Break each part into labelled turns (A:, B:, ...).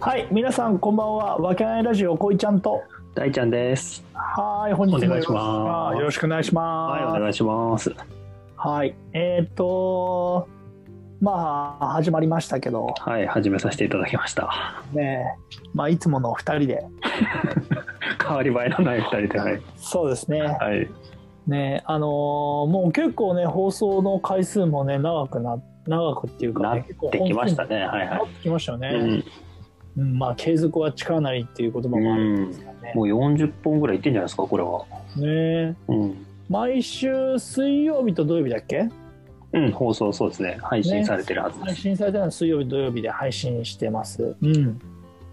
A: はい、皆さんこんばんは。わけないラジオこいちゃんと。
B: 大ちゃんです。
A: はい、本日もよろく
B: お願いします
A: よろしくお願いし
B: はい、
A: ま
B: お
A: す。
B: 願いします。
A: はい、えっ、とまあ始まりましたけど
B: はい、始めさせていただきました。
A: ね、まあいつもの二人で。
B: 変わり映えのない二人で、はい。
A: そうですね。
B: はい。
A: ね、あのーもう結構ね放送の回数もね長くな長くっていうか、
B: な
A: ね
B: っ、
A: 結構
B: てきましたね。はい
A: 本数に
B: は
A: なってきましたよね。
B: い。うん、
A: うんまあ継続は力なりっていう言葉もあるんですよね。
B: もう40本ぐらいいってんじゃないですか、これは。
A: ね
B: うん。
A: 毎週水曜日と土曜日だっけ
B: うん、放送そうですね。配信されてるはずで
A: 配
B: す。
A: 信されたのは水曜日土曜日で配信してます。うん。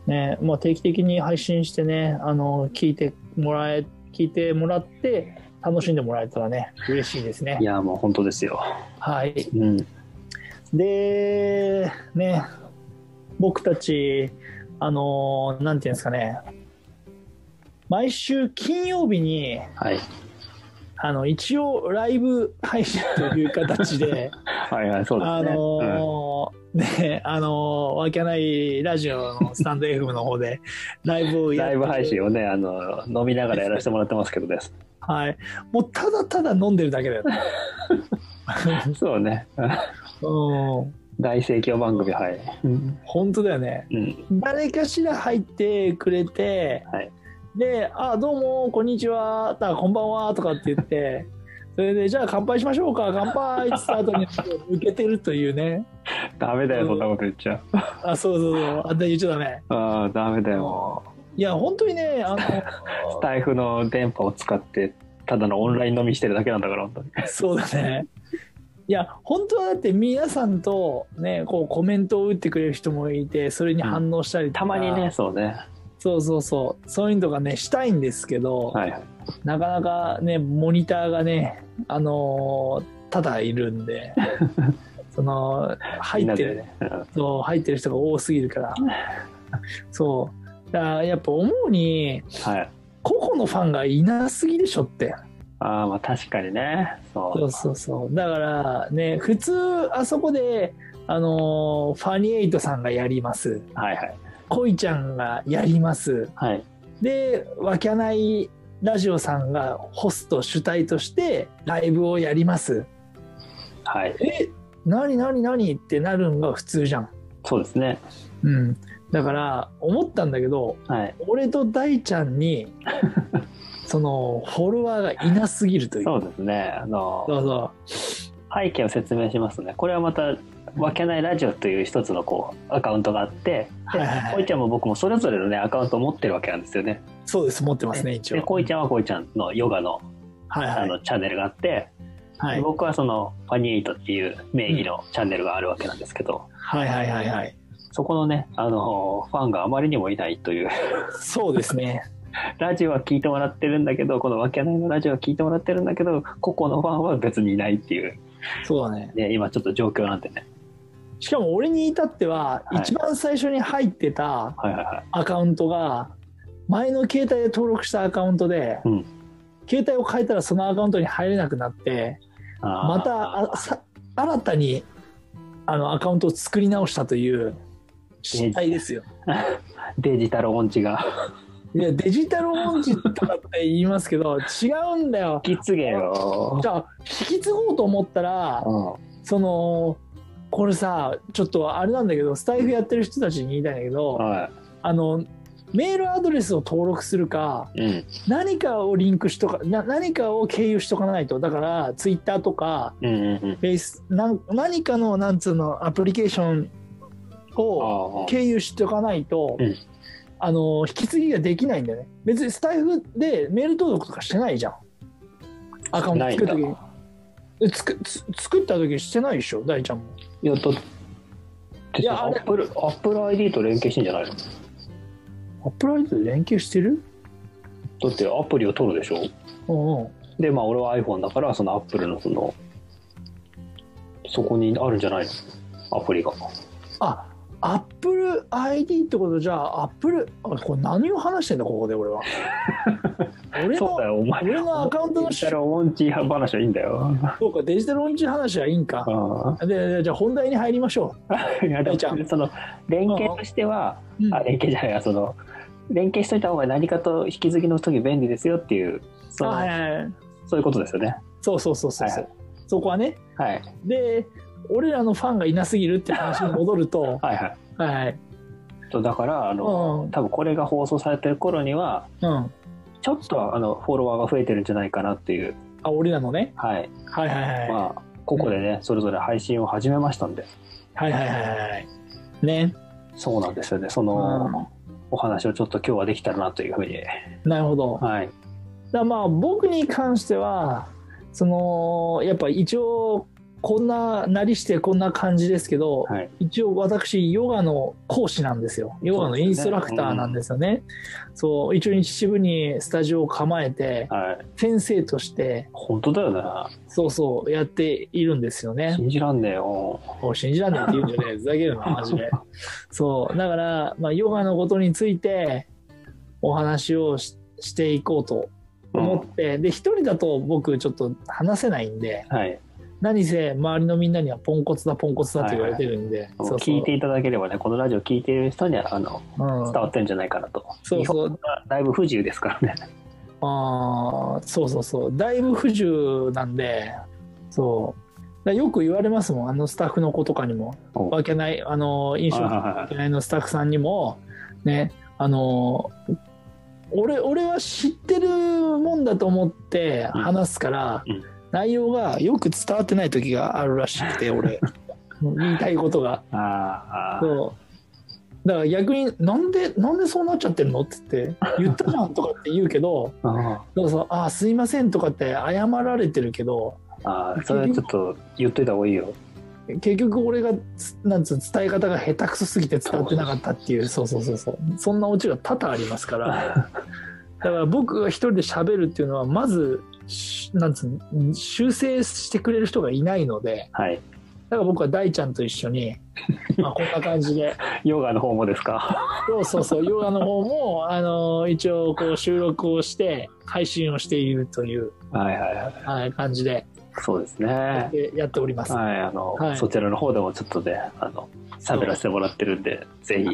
A: ね、もう定期的に配信してね、あの聞いてもらえ聞いてもらって楽しんでもらえたらね嬉しいですね
B: い。や、もう本当ですよ。
A: はい。
B: うん。
A: でね、僕たちあのなんていうんですかね、毎週金曜日に
B: はい。
A: あの一応ライブ配信という形で
B: はいはい、そうですね。
A: あのーねあのーわけないラジオのスタンド FM の方 でライブを
B: うん、
A: やっ
B: ラ
A: て
B: イ
A: る
B: ブ配信をね、あの、飲みながらやらせてもらってますけどです。
A: はいもうただただ飲んでるだけだよ、ね、
B: そうね。
A: うん
B: 大盛況番組、はい。うん。
A: 本当だよね
B: うん。
A: 誰かしら入ってくれて、
B: はい
A: で「あどうもこんにちは」とか「こんばんは」とかって言ってそれで「じゃあ乾杯しましょうか乾杯」って言った後に抜けてるというね
B: ダメだよ、そんなこと言っちゃ
A: あそうそうそうあんた言っちゃダメ
B: う。ああ、ダメだよ。
A: いや本当にねあの
B: スタイフの電波を使ってただのオンライン飲みしてるだけなんだから本当に
A: そうだね。いや本当はだって皆さんとねこうコメントを打ってくれる人もいてそれに反応したりと
B: た
A: か、
B: まにねそうね
A: そうそうそうそういうのとかねしたいんですけど、
B: はいはい
A: なかなかねモニターがねあのーただいるん でその入って
B: み
A: る、
B: んなでねうん
A: そう入ってる人が多すぎるから そうだからやっぱ思うに
B: はい
A: 個々のファンがいなすぎでしょって
B: ああまあ確かにねそ
A: そううそうそうだからね普通あそこであのーファニエイトさんがやります
B: はいはい
A: コイちゃんがやります
B: はい
A: でわきゃないラジオさんがホスト主体としてライブをやります
B: はい
A: え何何何ってなるんが普通じゃん
B: そうですね
A: うんだから思ったんだけど
B: はい
A: 俺と大ちゃん にそのフォロワーがいなすぎるという
B: そうですねあ
A: そ
B: の
A: うそ
B: 背景を説明しますねこれはまたわけないラジオという一つのこうアカウントがあって
A: うはいはい
B: こ
A: はいい
B: ちゃんも僕もそれぞれのねアカウントを持ってるわけなんですよね
A: そうです持ってますね一
B: で
A: 応
B: こいちゃんはこいちゃんのヨガの
A: はいは
B: あ
A: い
B: のチャンネルがあって
A: はい
B: 僕はそのファニエイトっていう名義のチャンネルがあるわけなんですけど、
A: はいはいはいはい。
B: そこのね、あのファンがあまりにもいないという、
A: そうですね。
B: ラジオは聞いてもらってるんだけど、このわけないのラジオは聞いてもらってるんだけど、個々のファンは別にいないっていう、
A: そうだね。
B: ね、今ちょっと状況なんでね。
A: しかも俺に至っては、
B: はい
A: 一番最初に入ってた
B: はいはいはい。
A: アカウントが、前の携帯で登録したアカウントで、
B: うん
A: 携帯を変えたらそのアカウントに入れなくなって、
B: あー
A: またあさ新たにあのアカウントを作り直したという失態ですよ。
B: デジタル音痴が。
A: いや、デジタル音痴とかって言いますけど、違うんだよ。
B: きつげよ
A: じ。ゃあ、引き継ごうと思ったら、
B: うん、は
A: そのこれさちょっとあれなんだけどスタイフやってる人たちに言いたいんだけどあのメールアドレスを登録するか
B: い、うん、
A: 何かをリンクしとかな何かを経由しとかないとだからツイッターとか
B: うん、うん、うん。
A: フェイスなん何かのなんつうのアプリケーションを
B: あー
A: 経由しとかないと、
B: うん
A: あの引き継ぎができないんだよね別にスタイフでメール登録とかしてないじゃんアカウント
B: ない
A: 作る
B: んだ
A: 時にえつくつ作った時してないでしょ大ちゃんも。
B: いや、と。
A: いや
B: ア
A: あれ
B: ップル、アップル ID と連携してんじゃないの
A: アップライトで連携してる
B: だってアプリを取るでしょ
A: うんうん
B: で、まあ俺は iPhone だから、そのアップルのその、そこにあるんじゃないのアプリが。
A: あ Apple ID ってことじゃあ Apple あこれ何を話してんだここで俺 は俺
B: そうだ
A: の
B: よ、お前。
A: 俺のアカウントの
B: デジタル音痴話はいいんだよ。
A: そうかデジタル音痴話はいいんか
B: あ
A: でじゃあ本題に入りましょ
B: あ。いや、で
A: 大ちゃん
B: も、その、連携としては、
A: う、うん
B: あ、連携じゃないや、その、連携しといた方が何かと引き継ぎの時便利ですよっていう、そ
A: あ
B: の
A: はいはいはい
B: そういうことですよね。
A: そうそうそうそうそう、
B: は
A: そこはね
B: はい。
A: で俺らのファンがいなすぎるって話に戻ると
B: はいはい。
A: はい
B: とだから、あ
A: う
B: の、
A: んうん
B: 多分これが放送されてる頃には、ちょっとあのフォロワーが増えてるんじゃないかなっていう、
A: あ俺らのね
B: はい
A: はいはいはい、
B: まあ、ここでね、それぞれ配信を始めましたんで、
A: はいはいはいはいね
B: そうなんですよね、その、お話をちょっと今日はできたらなというふうに、
A: なるほど、
B: はい、
A: だからまあ僕に関してはそのやっぱ一応こんななりしてこんな感じですけど、
B: はい
A: 一応私ヨガの講師なんですよヨガのインストラクターなんですよねそう一応秩父にスタジオを構えて
B: はい、
A: 先生として
B: 本当だよ
A: そうそうやっているんですよ
B: ね、
A: ね
B: 信じらんねえよ、
A: もう信じらんねえって言うんじゃねえふざけるなマジでそうだから、まあ、ヨガのことについてお話をししていこうと
B: うん
A: 思って、で一人だと僕ちょっと話せないんで
B: はい、
A: 何せ周りのみんなにはポンコツだポンコツだって言われてるんで、そうそう
B: 聞いていただければね、このラジオ聞いてる人にはあの
A: うん
B: 伝わってるんじゃないかなと、
A: そう
B: 日
A: そ
B: 本
A: う
B: はだいぶ不自由ですから ね、
A: あーそうそうそうだいぶ不自由なんでそうだよく言われますもんあのスタッフの子とかにも
B: お
A: わけないあの飲食
B: はいはいはい
A: わけないのスタッフさんにもねあの俺俺は知ってるもんだと思って話すから、
B: うんうん
A: 内容がよく伝わってない時があるらしく て俺言いたいことが
B: あー
A: そうだから逆になんでなんでそうなっちゃってるのって言って言ったじゃんとかって言うけど
B: あー、
A: そうそうあーすいませんとかって謝られてるけど
B: あーそれはちょっと言っといた方がいいよ、
A: 結局俺がつなんつう伝え方が下手くそすぎて伝わってなかったって いうそうそうそうそうそんなオチが多々ありますからだから僕が一人で喋るっていうのはまずしなんつうの修正してくれる人がいないので
B: はい、
A: だから僕は大ちゃんと一緒 に、まあ、こんな感じで
B: ヨガの方もですか、
A: そうそうそう、ヨガの方も、あの、一応、こう、収録をして、配信をしているという、
B: はいはいはい、
A: はい、感じで、
B: そうですね。
A: でやっております。は
B: はい、あの、
A: はい
B: そちらの方でもちょっとね、あの、喋らせてもらってるんで、ぜひ。
A: い。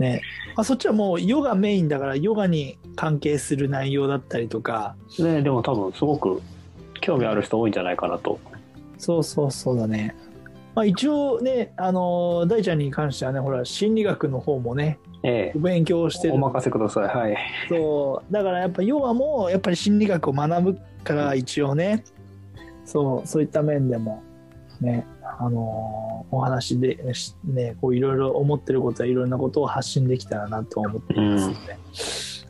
A: ね。あ、そっちはもう、ヨガメインだから、ヨガに関係する内容だったりとか、
B: ね、でも多分すごく興味ある人多いんじゃないかなと。
A: そうそうそうだね。まあ、一応ね、あの、大ちゃんに関してはね、ほら、心理学の方もね、
B: ええ
A: お勉強してる
B: お任せください。はい。
A: そうだからやっぱヨガもやっぱり心理学を学ぶから一応ねそうそういった面でもねあのーお話でしねこういろいろ思ってることやいろんなことを発信できたらなと思ってますので、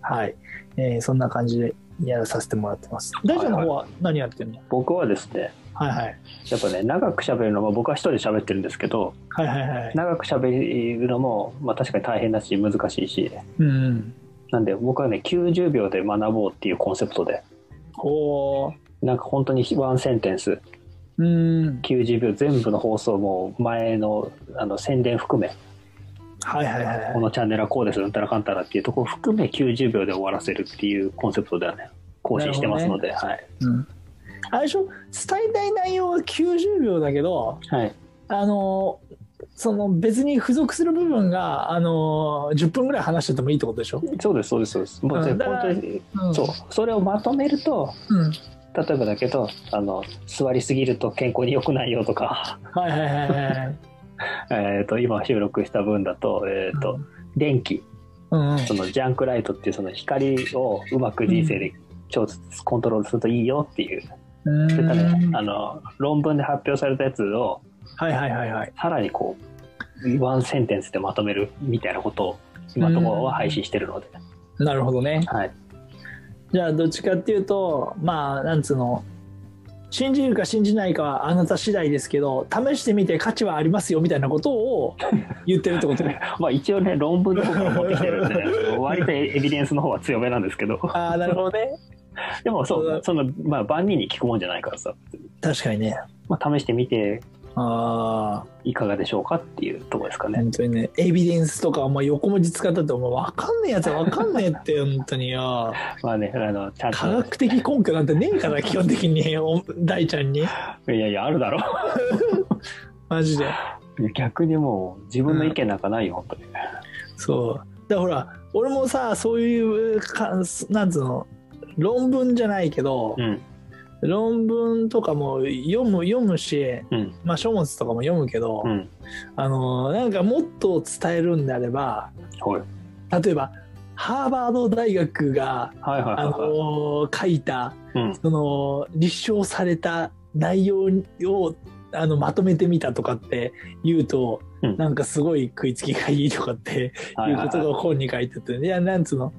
A: はい、えーそんな感じでやらさせてもらってます大ちゃんの方は何やってるの
B: 僕はですね、
A: はいはい
B: やっぱね、長く喋るのは僕は一人で喋ってるんですけど、
A: はいはいはい
B: 長く喋るのも、まあ確かに大変だし、難しいし、
A: うんうん
B: なんで僕はね、90秒で学ぼうっていうコンセプトで、
A: おー
B: なんか本当にワンセンテンス、
A: うん
B: 90秒全部の放送も前のあの宣伝含め、
A: はいはいはい
B: このチャンネルはこうですなんたらかんたらっていうところを含め90秒で終わらせるっていうコンセプトではね更新してますので、はい、
A: うんあれでしょ伝えたい内容が90秒だけど
B: はい、
A: あのその別に付属する部分があの10分ぐらい話しててもいいってことでしょ、
B: そうですそうですそうですもう
A: う
B: 全
A: ん
B: 部
A: だから
B: 本当に
A: うん
B: そうそれをまとめると
A: うん、
B: 例えばだけどあの座りすぎると健康に良くないよとか
A: はいはいはいはい
B: えーと今収録した分だと,、えーと電気
A: うんうん
B: そのジャンクライトっていうその光をうまく人生で調節コントロールするといいよっていう、
A: う
B: そういったね
A: ん
B: あの論文で発表されたやつを
A: はいはいはいはい
B: さらにこう、ワンセンテンスでまとめるみたいなことを、今のところは配信してるので、
A: なるほどね
B: はい。
A: じゃあどっちかっていうとまあなんつうの信じるか信じないかはあなた次第ですけど試してみて価値はありますよみたいなことを言ってるってことね
B: まあ一応ね、論文の方から持ってきてるんで、割とエビデンスの方は強めなんで すけど、
A: ああなるほどね
B: でもそ
A: そう
B: う、
A: だ
B: その、まあ万人に聞くもんじゃないからさ、
A: 確かにね
B: まあ試してみて、
A: ああ、
B: いかがでしょうかっていうところですかね。
A: 本当にね、エビデンスとか、お前横文字使ったって、お前わかんねえやつはわかんねえって、本当に よ。
B: まあね、あの、ちゃん
A: 科
B: と、
A: 学的根拠なんてねえから、基本的に、お大ちゃんに。
B: いやいや、あるだろ
A: マジで。
B: う。逆にもう、自分の意見なんかないよ、本当に。
A: そう。だからほら、俺もさ、そういうか、なんつうの、論文じゃないけど、
B: うん。
A: 論文とかも読む、読むし、
B: うん。
A: まあ書物とかも読むけど、
B: うん。
A: あの、なんかもっと伝えるんであれば、
B: はい。
A: 例えば、ハーバード大学が、
B: はいはい
A: あ
B: はい
A: の
B: はい。
A: 書いた、
B: うん
A: その立証された内容をあのまとめてみたとかって言うと、
B: うん
A: なんかすごい食いつきがいいとかって
B: はいいうはい
A: ことが本に書いてて、いやなんつうの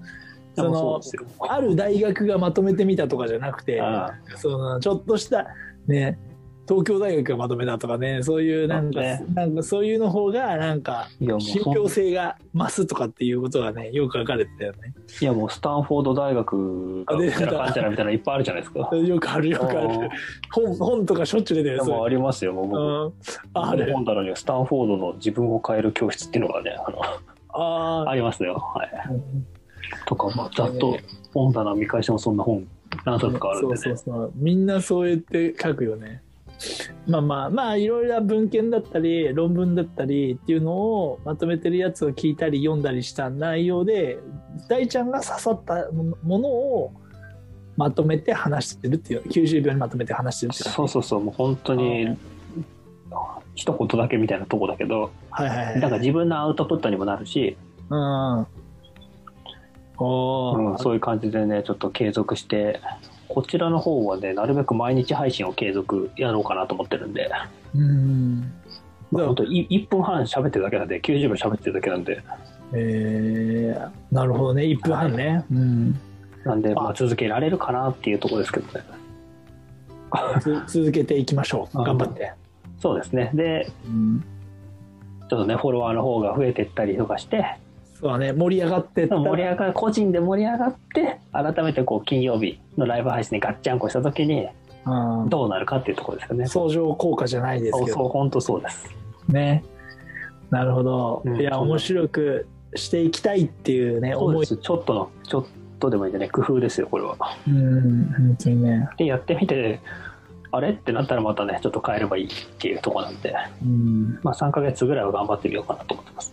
A: そ
B: そう
A: の
B: ですよ。
A: ある大学がまとめてみたとかじゃなくて
B: ああ
A: そのちょっとしたね東京大学がまとめたとかねそういうなんか,、
B: そうね
A: なんかそういうの方がなんか
B: いやもう
A: 信
B: そん
A: 憑性が増すとかっていうことがねよく書かれてたよね。
B: いやもうスタンフォード大学が
A: あ出
B: う
A: て
B: ち
A: た
B: らかんちゃらみたいなのいっぱいあるじゃないです か。
A: よくあるよくある。本本とかしょっちゅう出てるよ、
B: でも
A: そ
B: ありますよ、もう
A: れ。う
B: 僕。
A: ん、ある。
B: 本棚にはスタンフォードの自分を変える教室っていうのがね、あの、
A: あ
B: あ
A: あ。
B: りますよ。はい。とか、まあ、ざっと本棚見返してもそんな本何冊かあるん
A: そう
B: で
A: そう
B: ね。
A: そう。みんなそうやって書くよね。まあまあまあいろいろな文献だったり論文だったりっていうのをまとめてるやつを聞いたり読んだりした内容で大ちゃんが刺さったものをまとめて話してるっていう90秒にまとめて話してるっていう
B: そうそうそう、もう本当に、一言だけみたいなとこだけど、
A: はいはいはい
B: なんか自分のアウトプットにもなるし、
A: うんおー
B: うん、そういう感じでね、ちょっと継続して、こちらの方はね、なるべく毎日配信を継続やろうかなと思ってるんで、
A: うん
B: まあ、本当に1分半喋ってるだけなんで、90分喋ってるだけなんで、
A: えー、なるほどね1分半ね、うん、
B: なんで、ま
A: あ
B: あ、続けられるかなっていうところですけどね。
A: つ続けていきましょう
B: うん
A: 頑張って、
B: そうですね。で、
A: うん、
B: ちょっとね、フォロワーの方が増えてったりとかして、
A: そうだね盛り上がってったら
B: 盛り上が個人で盛り上がって、改めてこう、金曜日のライブ配信でガッチャンコした時に、
A: うん
B: どうなるかっていうところですよね。
A: 相乗効果じゃないです
B: そう
A: けど
B: そう、本当そうです。
A: ねなるほど、
B: うん
A: いや
B: そうだね
A: 面白くしていきたいっていうね
B: そう
A: 思
B: で
A: い
B: す。ちょっとの、ちょっとでもいいんでね、工夫ですよ、これは。
A: うん本当にね、
B: でやってみてあれってなったらまたねちょっと変えればいいっていうところなんで、
A: うん、
B: まあ、3ヶ月ぐらいは頑張ってみようかなと思ってます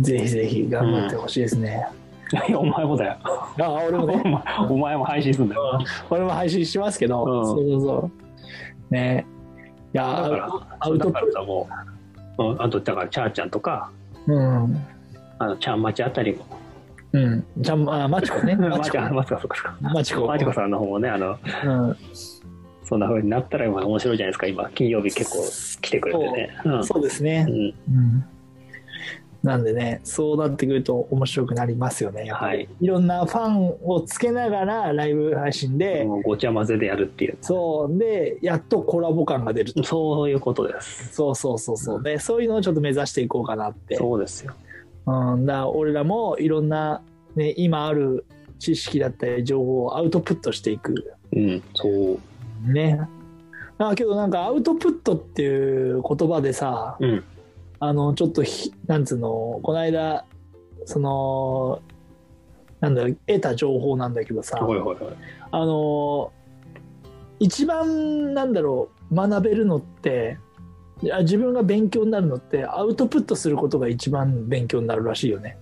A: ぜひぜひ頑張ってほしいですね、
B: いやお前もだよ
A: あ俺
B: お
A: もね
B: 前お前も配信するんだよ
A: 俺も配信しますけど、
B: うん
A: そうそうそうねい
B: だ
A: や
B: から
A: アウ
B: だ
A: ト
B: か
A: プ
B: らさもう、うん、あとだからチャーちゃんとか
A: うん
B: あのちゃんまちあたりも
A: うんじゃあまあマチコねマ
B: ま
A: チ
B: ち
A: コ
B: こまちこそっかそっか
A: マチコ
B: まちこさんの方もねあの
A: うん
B: そんな風になったら今面白いじゃないですか今金曜日結構来てくれてねうん
A: そうです
B: う
A: ね、
B: ん
A: うん、なんでねそうなってくると面白くなりますよねやっぱり、
B: はい
A: い、ろんなファンをつけながらライブ配信で、
B: もうごちゃ混ぜでやるっていう
A: そうでやっとコラボ感が出ると、
B: そういうことです
A: そうそうそうそうでそういうのをちょっと目指していこうかなって
B: そうですよ
A: うん、だから俺らもいろんな、ね、今ある知識だったり情報をアウトプットしていく
B: うんそう
A: ねあけどなんかアウトプットっていう言葉でさ
B: うん
A: あの、ちょっとひ、なんつうの、この間、その、なんだろう、得た情報なんだけどさ、
B: はいはいはい
A: あの、一番、なんだろう、学べるのって、いや自分が勉強になるのって、アウトプットすることが一番勉強になるらしいよね。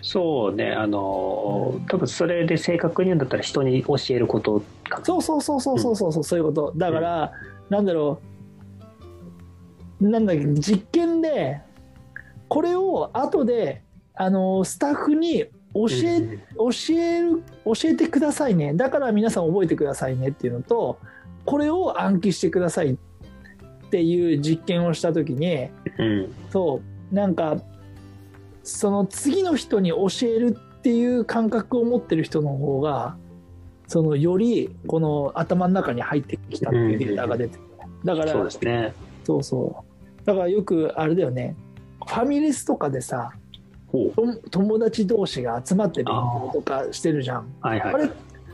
B: そうね、あのー、多分それで正確に言うんだったら人に教えることかな。
A: そうそうそうそうそうそう、うそういうこと。だから、なんだろう、なんだっけ、実験で、これを後で、あの、スタッフに教え
B: うん
A: 教える教えてくださいねだから皆さん覚えてくださいねっていうのとこれを暗記してくださいっていう実験をした時に
B: うん。
A: そうなんかその次の人に教えるっていう感覚を持ってる人の方がそのよりこの頭の中に入ってきたっていうデータが出てる、だから
B: そうですね。
A: そうそうだからよくあれだよねファミレスとかでさ
B: ほ
A: と友達同士が集まって勉強とかしてるじゃん
B: う。はいはい。
A: あれ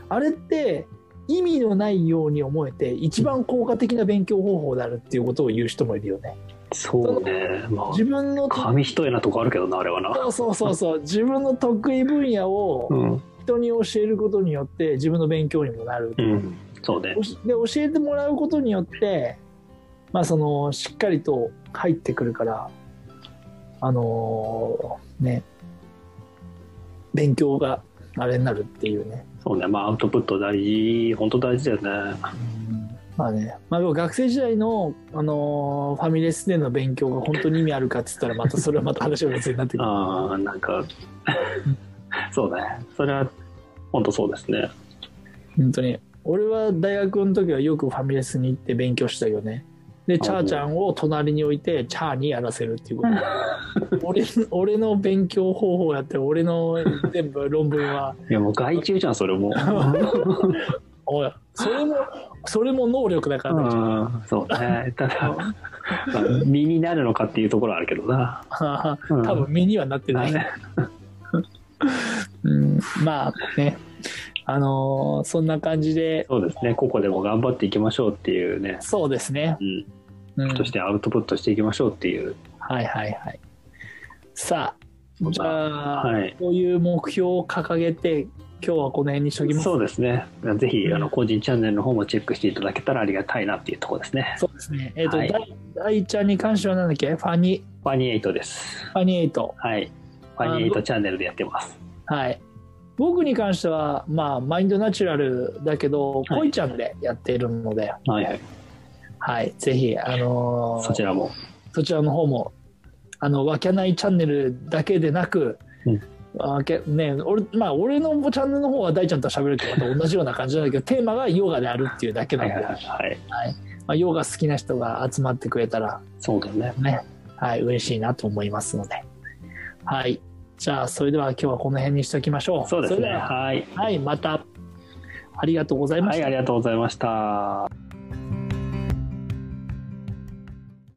A: あれって意味のないように思えて一番効果的な勉強方法であるっていうことを言う人もいるよね。
B: そうね。まあ
A: 自、分の
B: 紙一重なとこあるけどな、あれはな。
A: そうそうそうそう自分の得意分野を
B: うん。
A: 人に教えることによって自分の勉強にもなる
B: う。ん。そうね
A: お。しで教えてもらうことによって、まあ、そのしっかりと入ってくるからあのーね勉強があれになるっていうね。
B: そうね。まあ、アウトプット大事。本当大事だよね。
A: まあね、まあ、でも学生時代の、あのーファミレスでの勉強が本当に意味あるかっつったらまたそれはまた話が別になってくる
B: ああ、なんか、 そうね。それは、本当そうですね。
A: 本当に俺は大学の時はよくファミレスに行って勉強したよねでチャーちゃんを隣に置いてチャーにやらせるっていうこと 俺俺の勉強方法やって俺の全部論文はい
B: や、 もう外注じゃん、それも。
A: おいそれもそれも能力だからね、
B: うん、そうね。ただ、まあ身になるのかっていうところはあるけどな。 うん
A: 多分身にはなってない、 うん、まあねあのーそんな感じで
B: そうですね。ここでも頑張っていきましょうっていうね。
A: そうですね、
B: うん。
A: うん、
B: そしてアウトプットしていきましょうっていう。
A: はいはいはいさあ
B: まあ
A: じゃあ、
B: はい。
A: こういう目標を掲げて今日はこの辺にしときます
B: そうですね。ぜひ、
A: うん
B: あの、個人チャンネルの方もチェックしていただけたらありがたいなっていうところですね。
A: そうですね。えっ、と、
B: はい
A: 大大ちゃんに関してはなんだっけファニ、
B: ファニエイトです。
A: ファニエイト。
B: はい。ファニエイトチャンネルでやってます。
A: はい。僕に関しては、まあ、マインドナチュラルだけど、
B: はい
A: こいちゃんでやっているので、
B: はいはい。
A: はい。ぜひ、あのー
B: そちらも。
A: そちらの方も、あの、わけないチャンネルだけでなく、
B: うん
A: わけね、俺まあ、俺のチャンネルの方は大ちゃんと喋るけど同じような感じなんだけどテーマがヨガであるっていうだけな
B: は
A: ん
B: い
A: で、
B: はいはいはい。
A: まあ、ヨガ好きな人が集まってくれたら
B: そうだね。
A: ね、はい、嬉しいなと思いますので。はい。じゃあ、それでは今日はこの辺にしておきましょう。
B: そうです
A: れ
B: ね。
A: では
B: はい。
A: はい、また。ありがとうございま
B: は
A: し
B: い、
A: た
B: あ。りがとうございました。